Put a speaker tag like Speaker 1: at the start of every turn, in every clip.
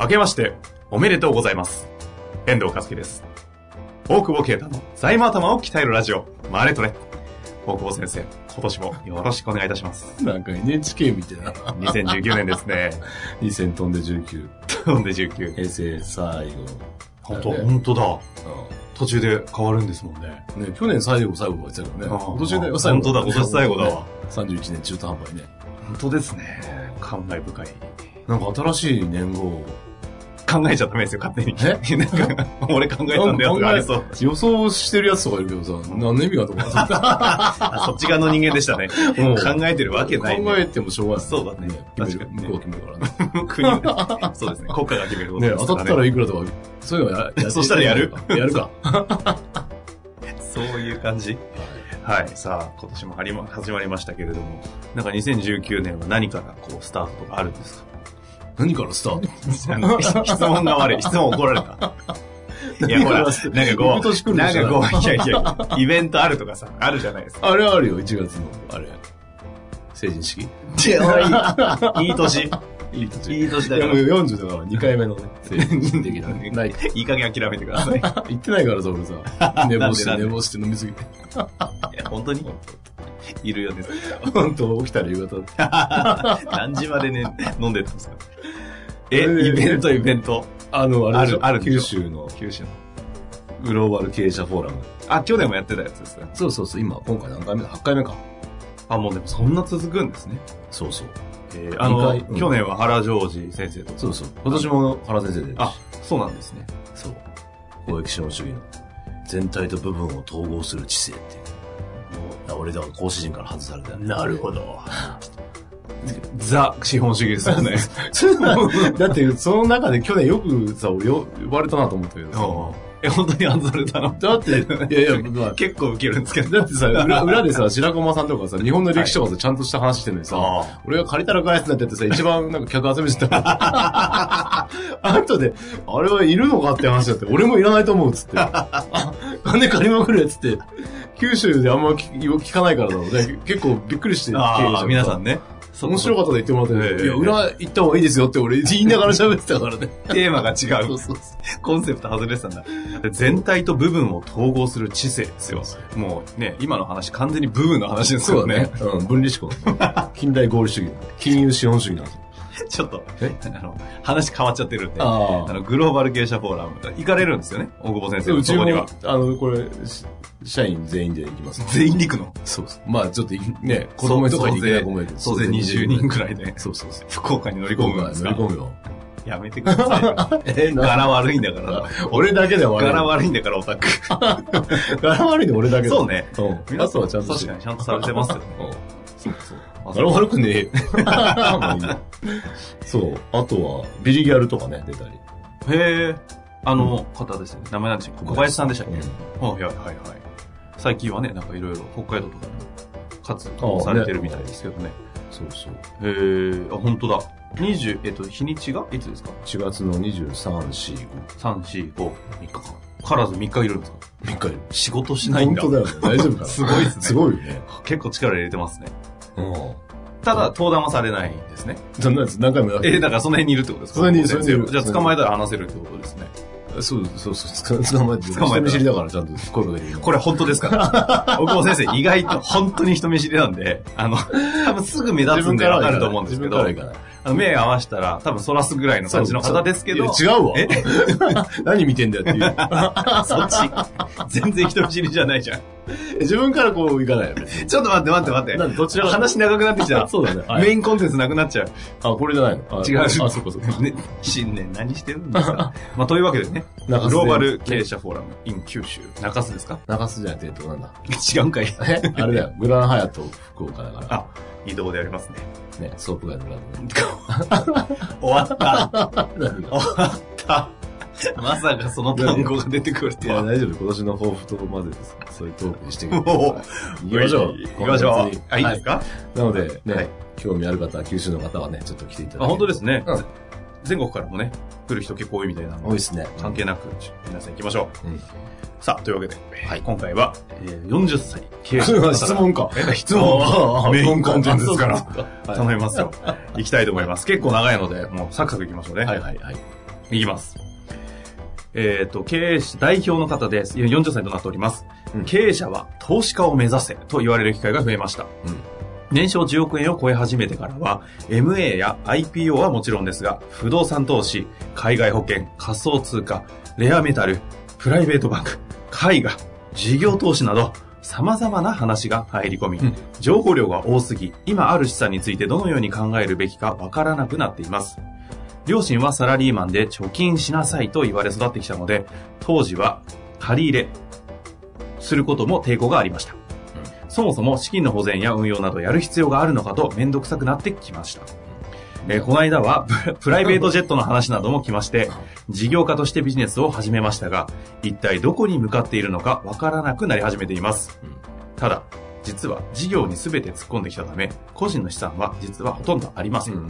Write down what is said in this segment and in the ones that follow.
Speaker 1: 明けまして、おめでとうございます。遠藤和樹です。大久保啓太の財務頭を鍛えるラジオ、マネトレ。大久保先生、今年もよろしくお願いいたします。
Speaker 2: なんか NHK みたいな。
Speaker 1: 2019年ですね。
Speaker 2: 2000飛んで19。
Speaker 1: なんで19。
Speaker 2: 平成最後。
Speaker 1: 本当、本当だ。途中で変わるんですもんね。
Speaker 2: うんね、去年最後最後は言ってたからね。今年で最後。
Speaker 1: 本当だ、今年最後だ
Speaker 2: ね。
Speaker 1: わ。
Speaker 2: 31年中途半端にね。
Speaker 1: 本当ですね。感慨深い。
Speaker 2: なんか新しい年号を
Speaker 1: 考えちゃダメですよ、勝手に。なんか、俺考えたんだよとかあり そう。
Speaker 2: 予想してるやつとかいるけどさ、何の意味がとか。
Speaker 1: あそっち側の人間でしたね。
Speaker 2: うん
Speaker 1: 考えてる わけないね、
Speaker 2: 考えてもしょうがない。
Speaker 1: そうだね確
Speaker 2: 決める
Speaker 1: かにね
Speaker 2: 向こう決めるからね。
Speaker 1: 国がそうですね。国家が決めること
Speaker 2: ね
Speaker 1: ですか
Speaker 2: 当た
Speaker 1: ら
Speaker 2: っ
Speaker 1: ね
Speaker 2: たらいくらとか、そういうのや、や
Speaker 1: そしたらやる
Speaker 2: や るか。
Speaker 1: そういう感じ。はい。さあ、今年も始ま始まりましたけれども、なんか2019年は何からこうスタートとかあるん ですか
Speaker 2: 何からスタート
Speaker 1: あの質問が悪い。質問怒られ た。いや、ほら、なんか
Speaker 2: 今
Speaker 1: こ
Speaker 2: 年来
Speaker 1: う、
Speaker 2: るで
Speaker 1: なん
Speaker 2: しょ
Speaker 1: かこう、いやいや、イベントあるとかさ、あるじゃないですか。
Speaker 2: あれあるよ、1月の、あれ。成人式
Speaker 1: いい、いい年。
Speaker 2: いい年。
Speaker 1: いい年
Speaker 2: い
Speaker 1: だ
Speaker 2: や、
Speaker 1: か
Speaker 2: もう
Speaker 1: ら。
Speaker 2: 40だから2 回目のね、成人的なね。ない。
Speaker 1: いい加減諦めてくだ さい。い
Speaker 2: 言ってないからさ、俺さ。寝坊し
Speaker 1: なん
Speaker 2: て、
Speaker 1: で
Speaker 2: 寝坊して飲みすぎて。
Speaker 1: や、本当にいるよね。
Speaker 2: 本当起きたら夕方。
Speaker 1: 何時までね、飲んでたんですかえ、
Speaker 2: えー
Speaker 1: イベント、イベント。
Speaker 2: あの、あれでしょ
Speaker 1: あるあるで
Speaker 2: 九
Speaker 1: し
Speaker 2: 州の
Speaker 1: 九州の。
Speaker 2: グローバル経営者フォーラム。
Speaker 1: あ、去年もやってたやつですね。
Speaker 2: そうそうそう、今、今回何回目だ ?8 回目か。
Speaker 1: あ、もうでもそんな続くんですね。
Speaker 2: そうそう。
Speaker 1: えーあの、
Speaker 2: 二回うん
Speaker 1: 去年は原ジョージ先生と。
Speaker 2: そうそう。今年も原先生で。
Speaker 1: あ、そうなんですね。
Speaker 2: そう。公益資本主義の全体と部分を統合する知性っていう。俺だから講師陣から外されたよね。
Speaker 1: なるほ ど。ザ、資本主義ですよ ね。
Speaker 2: だって、その中で去年よくさ、俺よ呼ばれたなと思ったけどさ。
Speaker 1: え、本当に外されたの
Speaker 2: だって、いや いや、まあ
Speaker 1: 結構ウケるんですけど。
Speaker 2: だってさ、裏裏でさ、白駒さんとかさ、日本の歴史とかさ、ちゃんとした話してるのにさ、
Speaker 1: あ
Speaker 2: 俺が借りたら返すなってやってさ、一番なんか客集めてた。 あとで、あれはいるのかって話だって、俺もいらないと思うっつって。 金借りまくるやつって、九州であんま聞聞かないからだろうね。結構びっくりして、
Speaker 1: あ。ああ、皆さ
Speaker 2: ん。
Speaker 1: んね。そ
Speaker 2: 面白かったで言ってもらっ
Speaker 1: え
Speaker 2: て、
Speaker 1: え
Speaker 2: いや、裏行った方がいいですよって俺言いながら喋ってたからね。
Speaker 1: テーマが違
Speaker 2: そうう。そうそう
Speaker 1: コンセプト外れてたんだ。で全体と部分を統合する知性ですよ。もうね、今の話完全に部分の話です
Speaker 2: そ
Speaker 1: よ
Speaker 2: うだ
Speaker 1: ね
Speaker 2: ね。。うん、分離思考。 近代合理主義。金融資本主義なんですよ。
Speaker 1: ちょっと、
Speaker 2: え
Speaker 1: あの、話変わっちゃってるんで。あ
Speaker 2: あ
Speaker 1: の、グローバル経営者フォーラム、行かれるんですよね。大久保先生
Speaker 2: で
Speaker 1: の
Speaker 2: う
Speaker 1: と
Speaker 2: ち
Speaker 1: こに
Speaker 2: も
Speaker 1: は。、
Speaker 2: あの、これ、し社員全員で行きます。
Speaker 1: 全員で行くの
Speaker 2: そうそう。まあ、ちょっとい、ね、子供とかに行けない子もいる。
Speaker 1: 総勢20人くらいで、
Speaker 2: そうそうそう。
Speaker 1: 福岡に乗り込むんです
Speaker 2: 乗り
Speaker 1: か
Speaker 2: 込むよ。
Speaker 1: やめてくださいよ。
Speaker 2: え、な、
Speaker 1: 柄悪いんだから。
Speaker 2: 俺だけで悪い。
Speaker 1: 柄悪いんだからオタク。
Speaker 2: 柄悪いの俺だけだ
Speaker 1: そう。ね。
Speaker 2: うん。あとはちゃんと
Speaker 1: 確かにちゃんとされてますよね。
Speaker 2: うん
Speaker 1: そうそう。あ
Speaker 2: 柄悪くねえよ。まあいいやそう。あとは、ビリギャルとかね、出たり。
Speaker 1: へえ。あの方ですよね。名前なんでしたっけ小林さんでしたっ
Speaker 2: うん
Speaker 1: けはいはいはいはい。最近はね、なんかいろいろ北海道とかで活
Speaker 2: あ
Speaker 1: 動
Speaker 2: あ
Speaker 1: されてるみたいですけどね。
Speaker 2: そうそう。
Speaker 1: へえ。あ、本当だ。20、えっと、日にちがいつですか
Speaker 2: 4月の23、4、5。
Speaker 1: ?3、4、5、3日か。からず3日いるんですか
Speaker 2: 3日いる。
Speaker 1: 仕事しないんだ。
Speaker 2: 本当だよね。大丈夫かな
Speaker 1: すごいですね。
Speaker 2: すごいよね。
Speaker 1: 結構力入れてますね。
Speaker 2: うん。
Speaker 1: ただ、登壇はされないんですね。
Speaker 2: そんなやつ何回もやっ
Speaker 1: え
Speaker 2: てる
Speaker 1: だからその辺にいるってことですか
Speaker 2: その辺にいる
Speaker 1: 先生
Speaker 2: その辺にいる
Speaker 1: じゃあ、捕まえたら話せるってことですね。
Speaker 2: そうそうそう、つか捕まえて、
Speaker 1: 捕まえた
Speaker 2: 人見知りだからちゃんと声かけて
Speaker 1: これ本当です から。大久保先生、意外と本当に人見知りなんで、あの、多分すぐ目立つんでわかると思うんですけど、
Speaker 2: 自分からは行かない。
Speaker 1: あの目合わしたら、多分そらすぐらいの感じの方ですけど、
Speaker 2: いや違うわ。
Speaker 1: え
Speaker 2: 何見てんだよっていう。
Speaker 1: そっち。 全然人見知りじゃないじゃん。
Speaker 2: 自分からこういかないよね。
Speaker 1: ちょっと待って待って待って。
Speaker 2: なんでどちらが。
Speaker 1: 話長くなってきた
Speaker 2: そうだね。
Speaker 1: メインコンテンツなくなっちゃう。
Speaker 2: あ、これじゃないのあ
Speaker 1: 違う
Speaker 2: あ、そうかそうか。
Speaker 1: ね、新年何してるんです かまあ、というわけでね、グ
Speaker 2: 中洲で
Speaker 1: ローバル経営者フォーラム in 九州、中洲ですか
Speaker 2: 中洲じゃなくて、えっと、なんだ。
Speaker 1: 違うんかい。
Speaker 2: えあれだよ。村の隼と福岡だか
Speaker 1: あ、移動でありますね。
Speaker 2: ら。ね、ソープ街の村のね。
Speaker 1: 終わった。
Speaker 2: 何が
Speaker 1: 終わった。まさかその単語が出てくる
Speaker 2: い
Speaker 1: と
Speaker 2: や、
Speaker 1: は。
Speaker 2: 大丈夫。今年の抱負と混ぜてさ、そういうトークにしていく。
Speaker 1: お
Speaker 2: 行
Speaker 1: う
Speaker 2: きましょう。
Speaker 1: 行きましょう
Speaker 2: 今月に。
Speaker 1: あ、いい
Speaker 2: は
Speaker 1: ですか
Speaker 2: なので、ね、
Speaker 1: はい
Speaker 2: 興味ある方は、九州の方はね、ちょっと来ていただいて。
Speaker 1: あ、本当ですね
Speaker 2: うん。
Speaker 1: 全国からもね、来る人結構多いみたいなの
Speaker 2: 多い
Speaker 1: で
Speaker 2: ですね。
Speaker 1: 関係なく、皆さん行きましょ
Speaker 2: うん
Speaker 1: う。さあ、というわけで、
Speaker 2: はい
Speaker 1: 今回は、えー40歳経営 者の方
Speaker 2: 質問か。
Speaker 1: え質問
Speaker 2: あー
Speaker 1: メインコンテンツですか。ら
Speaker 2: そうか
Speaker 1: 頼みますよ。行きたいと思います。結構長いので、もうサクサク行きましょうね。
Speaker 2: はいはいはい。
Speaker 1: いきます。えっ、と、経営者、代表の方です。40歳となっております。
Speaker 2: うん
Speaker 1: 経営者は投資家を目指せと言われる機会が増えました。
Speaker 2: うん
Speaker 1: 年商10億円を超え始めてからは、MA や IPO はもちろんですが、不動産投資、海外保険、仮想通貨、レアメタル、プライベートバンク、絵画、事業投資など、様々な話が入り込み、
Speaker 2: うん
Speaker 1: 情報量が多すぎ、今ある資産についてどのように考えるべきかわからなくなっています。両親はサラリーマンで貯金しなさいと言われ育ってきたので、当時は借り入れすることも抵抗がありました。そもそも資金の保全や運用などやる必要があるのかと面倒くさくなってきました。えーこの間はププライベートジェットの話なども来まして、事業家としてビジネスを始めましたが、一体どこに向かっているのかわからなくなり始めています
Speaker 2: うん。
Speaker 1: ただ、実は事業に全て突っ込んできたため、個人の資産は実はほとんどありません。
Speaker 2: うん。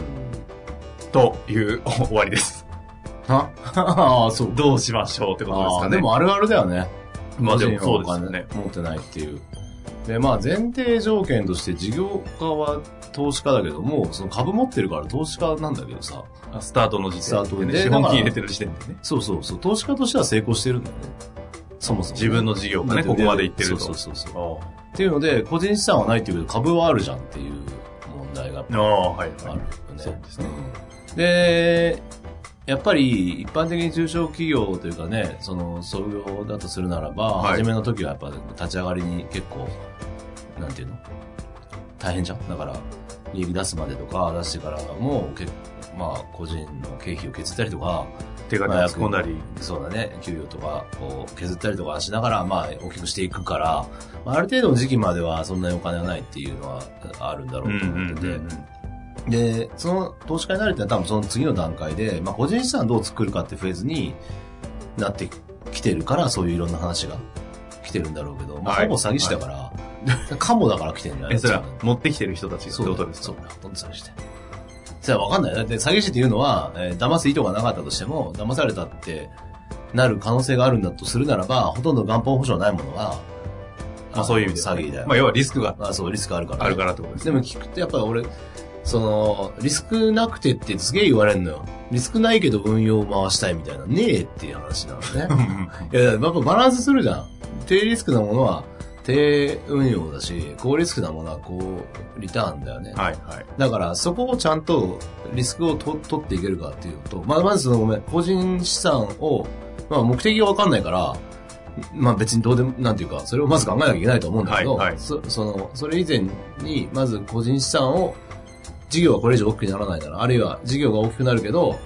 Speaker 1: というお終わりです。
Speaker 2: はああ、 そう。
Speaker 1: どうしましょうってことです
Speaker 2: あ
Speaker 1: か
Speaker 2: あ、
Speaker 1: ね。
Speaker 2: でもあるあるだよね。
Speaker 1: まあで
Speaker 2: 個
Speaker 1: も
Speaker 2: 人の
Speaker 1: そう
Speaker 2: お
Speaker 1: ですよ
Speaker 2: 金
Speaker 1: ね。
Speaker 2: 持ってないっていう。で、まあ前提条件として事業家は投資家だけども、その株持ってるから投資家なんだけどさ。
Speaker 1: スタートの時点で、ね、
Speaker 2: ス
Speaker 1: 資
Speaker 2: タートで
Speaker 1: 本金入れてる時点でね。
Speaker 2: そうそうそう、投資家としては成功してるんだよね。そもそも。
Speaker 1: 自分の事業がね、ここまで行ってると。
Speaker 2: そうそうそうそう。っていうので、個人資産はないっていうけど株はあるじゃんっていう問題が
Speaker 1: ああ、はい
Speaker 2: あ
Speaker 1: はい
Speaker 2: るよ。ね。
Speaker 1: そうですね
Speaker 2: うんで、やっぱり一般的に中小企業というかね、その創業だとするならば、
Speaker 1: はい
Speaker 2: 初めの時はやっぱ立ち上がりに結構、なんていうの大変じゃん。だから、利益出すまでとか、出してからも、けまあ、個人の経費を削ったりとか、
Speaker 1: 手が
Speaker 2: まあ
Speaker 1: 突っ込んだり。
Speaker 2: そうだね、給与とかを削ったりとかしながら、まあ、大きくしていくから、まあ、ある程度の時期まではそんなにお金はないっていうのはあるんだろうと思ってて、で、その投資家になるってのは多分その次の段階で、まあ個人資産どう作るかってフェーズになってきてるから、そういういろんな話が来てるんだろうけど、まあ
Speaker 1: はい
Speaker 2: ほぼ詐欺師だから、カモだから来てるんじゃない
Speaker 1: え、それは持ってきてる人たちがって
Speaker 2: そう
Speaker 1: こと
Speaker 2: だ
Speaker 1: です
Speaker 2: そう
Speaker 1: か
Speaker 2: だ、ほとんど詐欺師だよそれはわかんないよ。だって詐欺師っていうのは、えー騙す意図がなかったとしても、騙されたってなる可能性があるんだとするならば、ほとんど元本保証ないものは、
Speaker 1: まあそういう意味で。
Speaker 2: 詐欺だよ。
Speaker 1: まあ要はリスクが
Speaker 2: まあそう、リスクあるからね、
Speaker 1: あるからってことです
Speaker 2: で
Speaker 1: ね。
Speaker 2: も聞くとやっぱり俺、その、リスクなくてってすげえ言われんのよ。リスクないけど運用を回したいみたいな。ねえっていう話なのね。いや、やっぱバランスするじゃん。低リスクなものは低運用だし、高リスクなものは高リターンだよね。
Speaker 1: はいはい。
Speaker 2: だから、そこをちゃんとリスクをと取っていけるかっていうのと、まあ、まずそのごめん、個人資産を、まあ、目的がわかんないから、まあ別にどうでも、なんていうか、それをまず考えなきゃいけないと思うんだけど、
Speaker 1: はいはい
Speaker 2: そその、それ以前に、まず個人資産を、事業はこれ以上大きくならないなら、あるいは事業が大きくなるけど、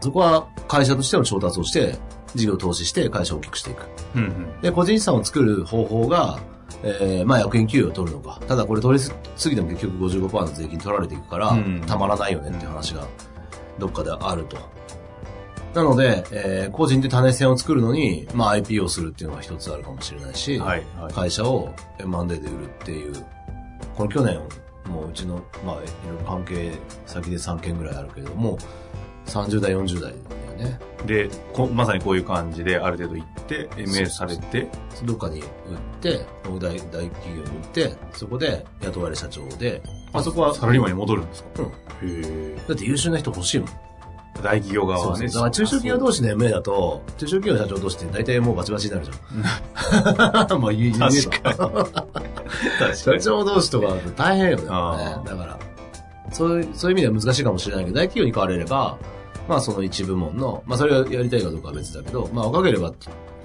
Speaker 2: そこは会社としての調達をして、事業を投資して会社を大きくしていく。
Speaker 1: うんうん
Speaker 2: で、個人資産を作る方法が、えー、まあ役員給与を取るのか。ただこれ取りすぎても結局55%の税金取られていくから、
Speaker 1: うん
Speaker 2: たまらないよねって話が、どっかであると。なので、えー、個人で種銭を作るのに、まあ IP をするっていうのが一つあるかもしれないし、
Speaker 1: はいはい。
Speaker 2: 会社を M&A で売るっていう、この去年、もううちの、まあ、いろいろ関係先で3件ぐらいあるけれども、30代、40代だよね。
Speaker 1: でこ、まさにこういう感じである程度行って、MA されて、
Speaker 2: どっかに売って、大大大企業に売って、そこで雇われ社長で、
Speaker 1: あそこはサラリーマンに戻るんですか
Speaker 2: うん
Speaker 1: へ
Speaker 2: だって優秀な人欲しいもん。
Speaker 1: ー大企業側
Speaker 2: そう
Speaker 1: は
Speaker 2: そう
Speaker 1: ね。
Speaker 2: だから中小企業同士の MA だと、中小企業の社長同士って大体もうバチバチになるじ ゃん。まあ言う言えば
Speaker 1: 確かに。確か
Speaker 2: 社
Speaker 1: に。
Speaker 2: 長同士とかだと大変よね。
Speaker 1: あー
Speaker 2: だから、そういう、そういう意味では難しいかもしれないけど、大企業に変われれば、まあその一部門の、まあそれをやりたいかどうかは別だけど、まあ若ければ、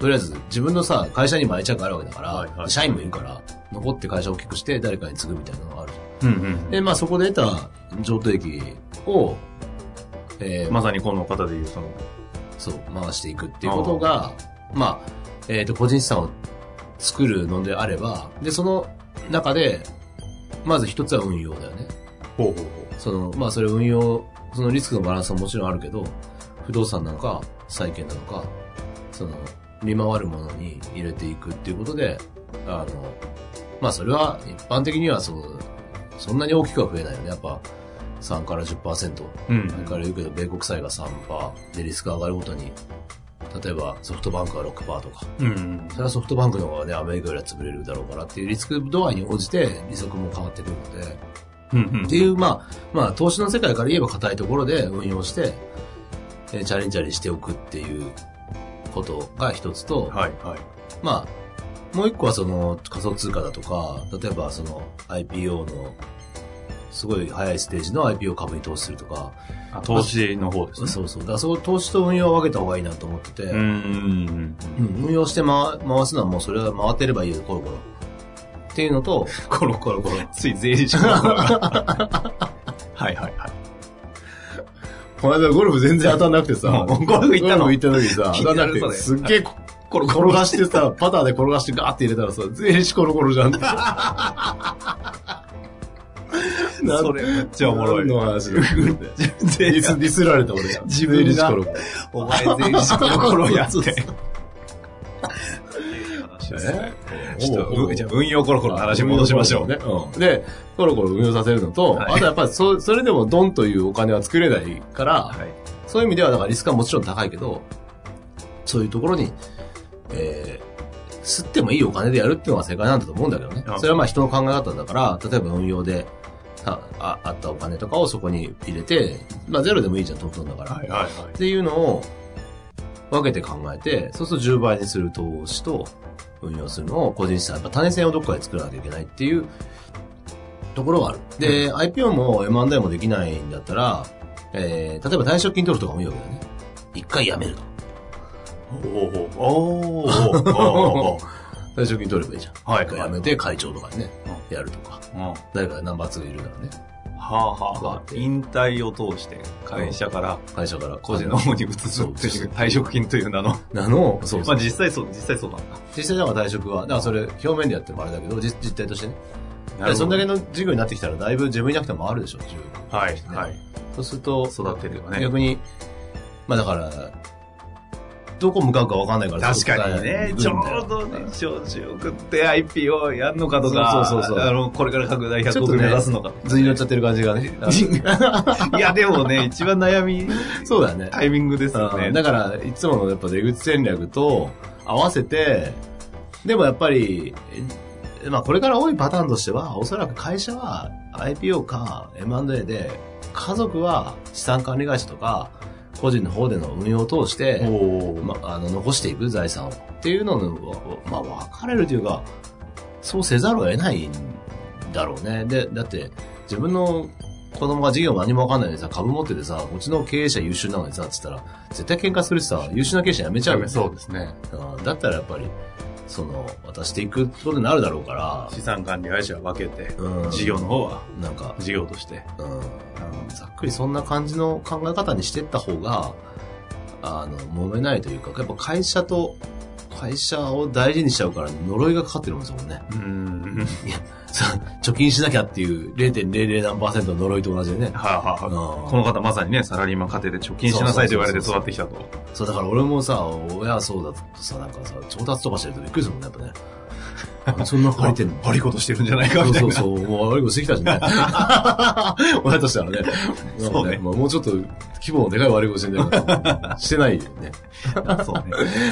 Speaker 2: とりあえず自分のさ、会社にも愛着あるわけだから、
Speaker 1: はいはい
Speaker 2: 社員もいるから、残って会社を大きくして誰かに継ぐみたいなのがあるじゃ
Speaker 1: うん
Speaker 2: ん。で、まあそこで得た上等益を、え
Speaker 1: う
Speaker 2: ー
Speaker 1: ん。まさにこの方でいう、その、
Speaker 2: そう、回していくっていうことが、まあ、えっ、と、個人資産を作るのであれば、で、その中で、まず一つは運用だよね。
Speaker 1: ほうほう
Speaker 2: その、まあ、それ運用、そのリスクのバランスはもちろんあるけど、不動産なのか、債券なのか、その、見回るものに入れていくっていうことで、あの、まあ、それは一般的にはその、そんなに大きくは増えないよね。やっぱ、3から10%。
Speaker 1: ほう。うん。
Speaker 2: だから言うけど、米国債が3%でリスクが上がるごとに、例えばソフトバンクは6%とか、
Speaker 1: うん。
Speaker 2: それはソフトバンクの方がね、アメリカよりは潰れるだろうからっていうリスク度合いに応じて利息も変わってくるので、
Speaker 1: うん。うん
Speaker 2: っていう、まあ、まあ、投資の世界から言えば硬いところで運用して、えーチャレンジャーにしておくっていうことが一つと、
Speaker 1: はい、はい。
Speaker 2: まあ、もう一個はその仮想通貨だとか、例えばその IPO の、すごい早いステージの IPO 株に投資するとか、
Speaker 1: あ投資の方ですね。
Speaker 2: そうそう。だからそこ投資と運用を分けた方がいいなと思ってて、
Speaker 1: うーん。
Speaker 2: うん運用して回回すのはもうそれは回ってればいいよ、コロコロ。っていうのと、コロコロコロ。
Speaker 1: つい税理士の方がはいはいはい。
Speaker 2: この間ゴルフ全然当たんなくてさ、
Speaker 1: うんゴルフ行ったの
Speaker 2: ゴルフ行った時 さ、
Speaker 1: 気
Speaker 2: 当た
Speaker 1: に
Speaker 2: ん
Speaker 1: なる
Speaker 2: なくて、すっげえこ
Speaker 1: コロコ
Speaker 2: 転
Speaker 1: ロ。
Speaker 2: がしてさ、パターで転がしてガーって入れたらさ、税理士コロコロじゃんって。
Speaker 1: それめっちゃおもろい
Speaker 2: 何。の話だよ って
Speaker 1: 税
Speaker 2: ディ
Speaker 1: 理士
Speaker 2: スディスられた俺が。
Speaker 1: 自分が
Speaker 2: 税理士コロコロ。
Speaker 1: お前税理士コロコロやって。
Speaker 2: そうそう
Speaker 1: 話ですね
Speaker 2: ね。
Speaker 1: ちょっと
Speaker 2: ほぼほ
Speaker 1: う
Speaker 2: ぼ
Speaker 1: じゃあ運用コロコロの話戻しましょう。
Speaker 2: ね。うんで、コロコロ運用させるのと、
Speaker 1: はい
Speaker 2: あとやっぱりそそれでもドンというお金は作れないから、
Speaker 1: はい
Speaker 2: そういう意味ではだからリスクはもちろん高いけど、そういうところに、えー、吸ってもいいお金でやるっていうのが正解なんだと思うんだけどね
Speaker 1: あ。
Speaker 2: それはまあ人の考え方だから、例えば運用で、あああったお金とかをそこに入れて、まあゼロでもいいじゃん、トントンだから。
Speaker 1: はいはい
Speaker 2: っていうのを分けて考えて、そうすると10倍にする投資と運用するのを個人資産、やっぱ種銭をどっかで作らなきゃいけないっていうところがある。で、IPO も M&A もできないんだったら、えー、例えば退職金取るとかもいいわけだよね。一回やめると。
Speaker 1: おーおーおーおーおーおー
Speaker 2: 退職金取ればいいじゃん。
Speaker 1: はい
Speaker 2: 一回やめて会長とかにね、やるとか。
Speaker 1: うんは
Speaker 2: 誰かナンバー2いるからね。
Speaker 1: あはあはあ引退を通して会社から
Speaker 2: 会社から
Speaker 1: 個人の 方に移すっていう退職金という名の。
Speaker 2: なのを、そう
Speaker 1: ま
Speaker 2: そ
Speaker 1: あ
Speaker 2: う。
Speaker 1: 実際そう、実際そうなんだ。
Speaker 2: 実際だから退職は、だからそれ表面でやってもあれだけど、実実態としてね。
Speaker 1: なるほ
Speaker 2: そんだけの事業になってきたら、だいぶ自分いなくてもあるでしょ、十分
Speaker 1: はいはい。
Speaker 2: そうすると、
Speaker 1: 育てるよね。
Speaker 2: 逆に、まあだから、どこ向かうか分かんないから、
Speaker 1: 確かにね、ち
Speaker 2: そ
Speaker 1: ょ
Speaker 2: こから行
Speaker 1: う
Speaker 2: くんだよ
Speaker 1: どね、小中食って IPO やんのかとか、
Speaker 2: そうそうそうそう
Speaker 1: あの、これから拡大
Speaker 2: ち
Speaker 1: 100
Speaker 2: ょっ
Speaker 1: 億
Speaker 2: とね
Speaker 1: 目指すのか。
Speaker 2: 図に乗っちゃってる感じがね。
Speaker 1: いや、でもね、一番悩み、
Speaker 2: そうだよね。
Speaker 1: タイミングですよ
Speaker 2: う
Speaker 1: ね。
Speaker 2: んだから、いつものやっぱ出口戦略と合わせて、でもやっぱり、えまあこれから多いパターンとしては、おそらく会社は IPO か M&A で、家族は資産管理会社とか、個人の方での運用を通して、
Speaker 1: おー
Speaker 2: ま、あの残していく財産をっていうのの、まあ、分かれるというかそうせざるを得ないんだろうねでだって自分の子供が事業も何も分かんないのにさ株持っててさうちの経営者優秀なのにさつったら絶対喧嘩するしさ優秀な経営者やめちゃうよね
Speaker 1: そうですね。
Speaker 2: うんだったらやっぱりその渡していくことになるだろうか
Speaker 1: 資産管理会社は分けて、
Speaker 2: ら、うん、
Speaker 1: 事業の方は
Speaker 2: なんか、
Speaker 1: 事業として。
Speaker 2: うん、
Speaker 1: うん
Speaker 2: ざっくりそんな感じの考え方にしてった方が、あの、揉めないというか、やっぱ会社と、会社を大事にしちゃうから呪いがかかってるもんですもんね。
Speaker 1: うん。
Speaker 2: さ貯金しなきゃっていう0.00何パーセントの呪いと同じでね。
Speaker 1: はあはあはあこ
Speaker 2: う
Speaker 1: の
Speaker 2: ん、
Speaker 1: 方まさにね、サラリーマン家庭で貯金しなさいと言われて育ってきたと。
Speaker 2: そう、だから俺もさ、親はそうだとさ、なんかさ、調達とかしてるとびっくりするもんね、やっぱね。 あそんな借 りてんの
Speaker 1: 悪いことしてるんじゃないか
Speaker 2: そ
Speaker 1: み
Speaker 2: う
Speaker 1: たい
Speaker 2: そう
Speaker 1: な。
Speaker 2: そう、もう悪いことしてきたしね。 親としたらね。
Speaker 1: そうね
Speaker 2: まあもうちょっと規模のでかい悪いことしてんじゃないかなしてないよね。
Speaker 1: そうね。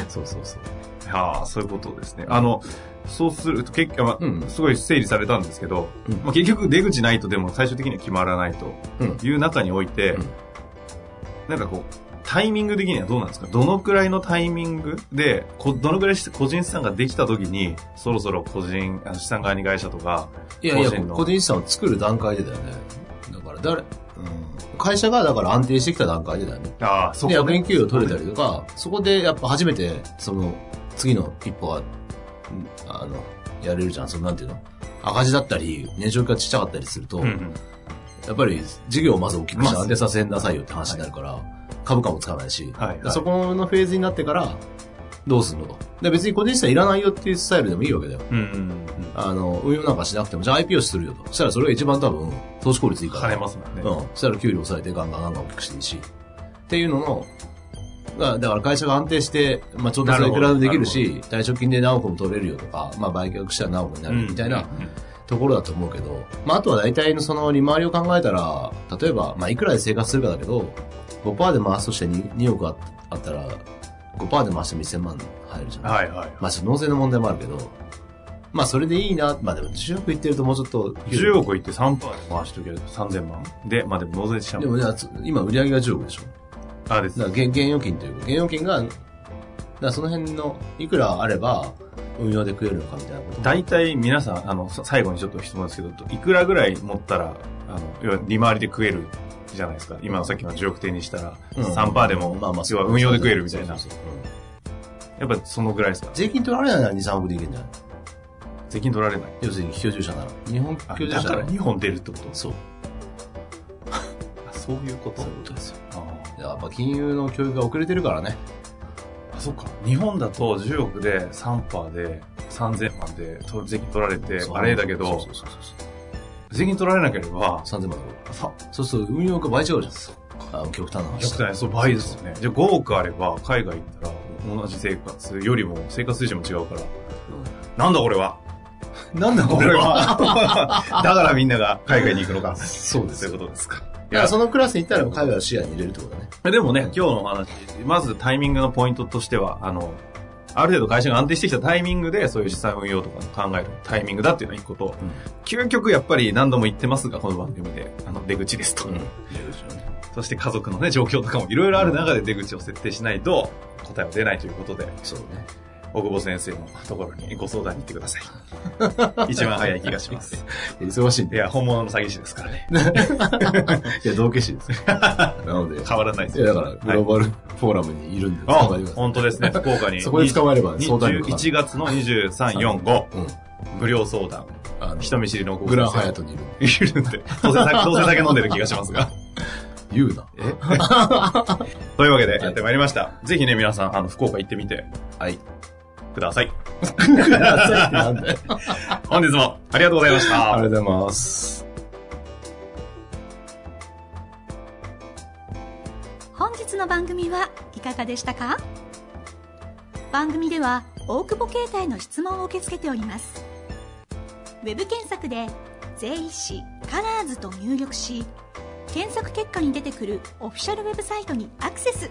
Speaker 2: そうそうそう。
Speaker 1: はあ、そういうことですね。あの、そうすると結果は、
Speaker 2: うん
Speaker 1: すごい整理されたんですけど、
Speaker 2: うん
Speaker 1: まあ、結局出口ないとでも最終的には決まらないという中において、
Speaker 2: うん
Speaker 1: なんかこう、タイミング的にはどうなんですかどのくらいのタイミングで、こどのくらいし個人資産ができた時に、そろそろ個人、あの資産管理会社とか、
Speaker 2: いやいや、
Speaker 1: 個人の
Speaker 2: 個人資産を作る段階でだよね。だから誰、うん、会社がだから安定してきた段階でだよね。
Speaker 1: ああ、そ
Speaker 2: で、
Speaker 1: こ
Speaker 2: 役
Speaker 1: ね。
Speaker 2: 員給与取れたりとか、そこでやっぱ初めて、その、次の一歩は、うんあの、やれるじゃん。その、なんていうの赤字だったり、年収がちっちゃかったりすると、
Speaker 1: うんうん。
Speaker 2: やっぱり事業をまず大きくして
Speaker 1: まあ
Speaker 2: 安定させなさいよって話になるから、株価もつかないし、
Speaker 1: はい
Speaker 2: でそこのフェーズになってから、どうすんのと。で、別に個人資産いらないよっていうスタイルでもいいわけだよ。
Speaker 1: うんうんうん。
Speaker 2: あの、運用なんかしなくても、じゃあ IPO するよと。そしたらそれが一番多分、投資効率いいから。
Speaker 1: 跳ねますもんね。
Speaker 2: うん。そしたら給料抑えてガンガンガンガン大きくしていいし。っていうのの、がだから会社が安定して、まあ、調達がいくらでもできるし、退職金で何億も取れるよとか、まあ、売却したら何億になるみたいな
Speaker 1: うんうん
Speaker 2: ところだと思うけど、まあ、あとは大体のその利回りを考えたら、例えば、まあ、いくらで生活するかだけど、5%で回すとして 2, 2億ああったら、5%で回して2000万入るじゃん。
Speaker 1: はいはい。
Speaker 2: まあ、ちょっと納税の問題もあるけど、まあ、それでいいな。まあ、でも10億いってるともうちょっと、
Speaker 1: 10億いって3%で回しとける3000万。で、まあでも納税しちゃ
Speaker 2: で
Speaker 1: う。
Speaker 2: も、じゃあつ今売り上げが10億でしょ。
Speaker 1: あ、です
Speaker 2: だから。現現預金というか、現預金が、だからその辺の、いくらあれば、運用で食えるのかみたいなこと。
Speaker 1: 大体皆さん、あの、さ最後にちょっと質問ですけど、いくらぐらい持ったら、あの、要は利回りで食えるじゃないですか。今のさっきの10億点にしたら、
Speaker 2: うん
Speaker 1: 3%でも、
Speaker 2: まあまあ、
Speaker 1: 要は運用で食えるみたいな。
Speaker 2: そうそうそううん
Speaker 1: やっぱそのぐらいですか。
Speaker 2: 税金取られないなら2、3億でいけるんじゃない
Speaker 1: 税金取られない。
Speaker 2: 要するに、居住者なら。日本
Speaker 1: あ
Speaker 2: 居住
Speaker 1: だ
Speaker 2: 者
Speaker 1: か
Speaker 2: な
Speaker 1: ら
Speaker 2: ら。
Speaker 1: 2本出るってこと
Speaker 2: そう。
Speaker 1: あ そういうこと
Speaker 2: そういうことですよ。
Speaker 1: あ
Speaker 2: やっぱ金融の教育が遅れてるからね。
Speaker 1: ーあ、そっか。日本だと10億で3%で3000万でと税金取られて、
Speaker 2: そう
Speaker 1: あれだけど
Speaker 2: そ、うそうそうそう
Speaker 1: 税金取られなければ、
Speaker 2: 3000万だろ
Speaker 1: さ、
Speaker 2: そうすると運用が倍違うじゃん。あの極端な
Speaker 1: よ
Speaker 2: 話
Speaker 1: くない、そう、倍ですよね。じゃあ5億あれば、海外行ったら、同じ生活よりも、生活水準も違うから。なんだこれは
Speaker 2: なんだ
Speaker 1: こ
Speaker 2: こ
Speaker 1: れ
Speaker 2: れは。
Speaker 1: は だからみんなが海外に行くのか。
Speaker 2: そうです
Speaker 1: そういうことですか。い
Speaker 2: いや、
Speaker 1: や、
Speaker 2: そのクラスに行ったら海外を視野に入れるってことだね。
Speaker 1: でもね、今日のお話、まずタイミングのポイントとしては、あの、ある程度会社が安定してきたタイミングで、そういう資産運用とかの考えるタイミングだっていうのが一個と、
Speaker 2: うん
Speaker 1: 究極やっぱり何度も言ってますが、この番組で、あの、出口ですと。
Speaker 2: うん
Speaker 1: そして家族のね、状況とかもいろいろある中で出口を設定しないと、答えは出ないということで、
Speaker 2: そうね。
Speaker 1: 大久保先生のところにご相談に行ってくださ い。一番早い気がします。
Speaker 2: 忙しいん
Speaker 1: い
Speaker 2: で。
Speaker 1: や、本物の詐欺師ですからね。
Speaker 2: いや、同化師です。なので。
Speaker 1: 変わらないです
Speaker 2: いや、だから、グロー
Speaker 1: はい
Speaker 2: バルフォーラムにいるんで、
Speaker 1: あ
Speaker 2: 捕まえてください
Speaker 1: 本当ですね、福 岡に。
Speaker 2: そこで捕まえれば、相談力がある。
Speaker 1: 21月の23、4、5、
Speaker 2: うん。
Speaker 1: 無料相談。
Speaker 2: あの、
Speaker 1: 人見知りの大久
Speaker 2: グラン
Speaker 1: 保
Speaker 2: ハ
Speaker 1: 先
Speaker 2: ヤ
Speaker 1: 生。
Speaker 2: トにいる。
Speaker 1: いるんで、当然酒、当然酒飲んでる気がしますが。
Speaker 2: 言うな。
Speaker 1: というわけで、やってまいりました。ぜひね、皆さん、あの、福岡行ってみて
Speaker 2: はい。
Speaker 1: ください。
Speaker 2: なんで
Speaker 1: 本日もありがとうございまし
Speaker 2: あ
Speaker 1: た。
Speaker 2: りがとうございます。
Speaker 3: 本日の番組はいかがでしたか番組では大久保携帯の質問を受け付けておりますウェブ検索で「税理士カラーズと入力し検索結果に出てくるオフィシャルウェブサイトにアクセス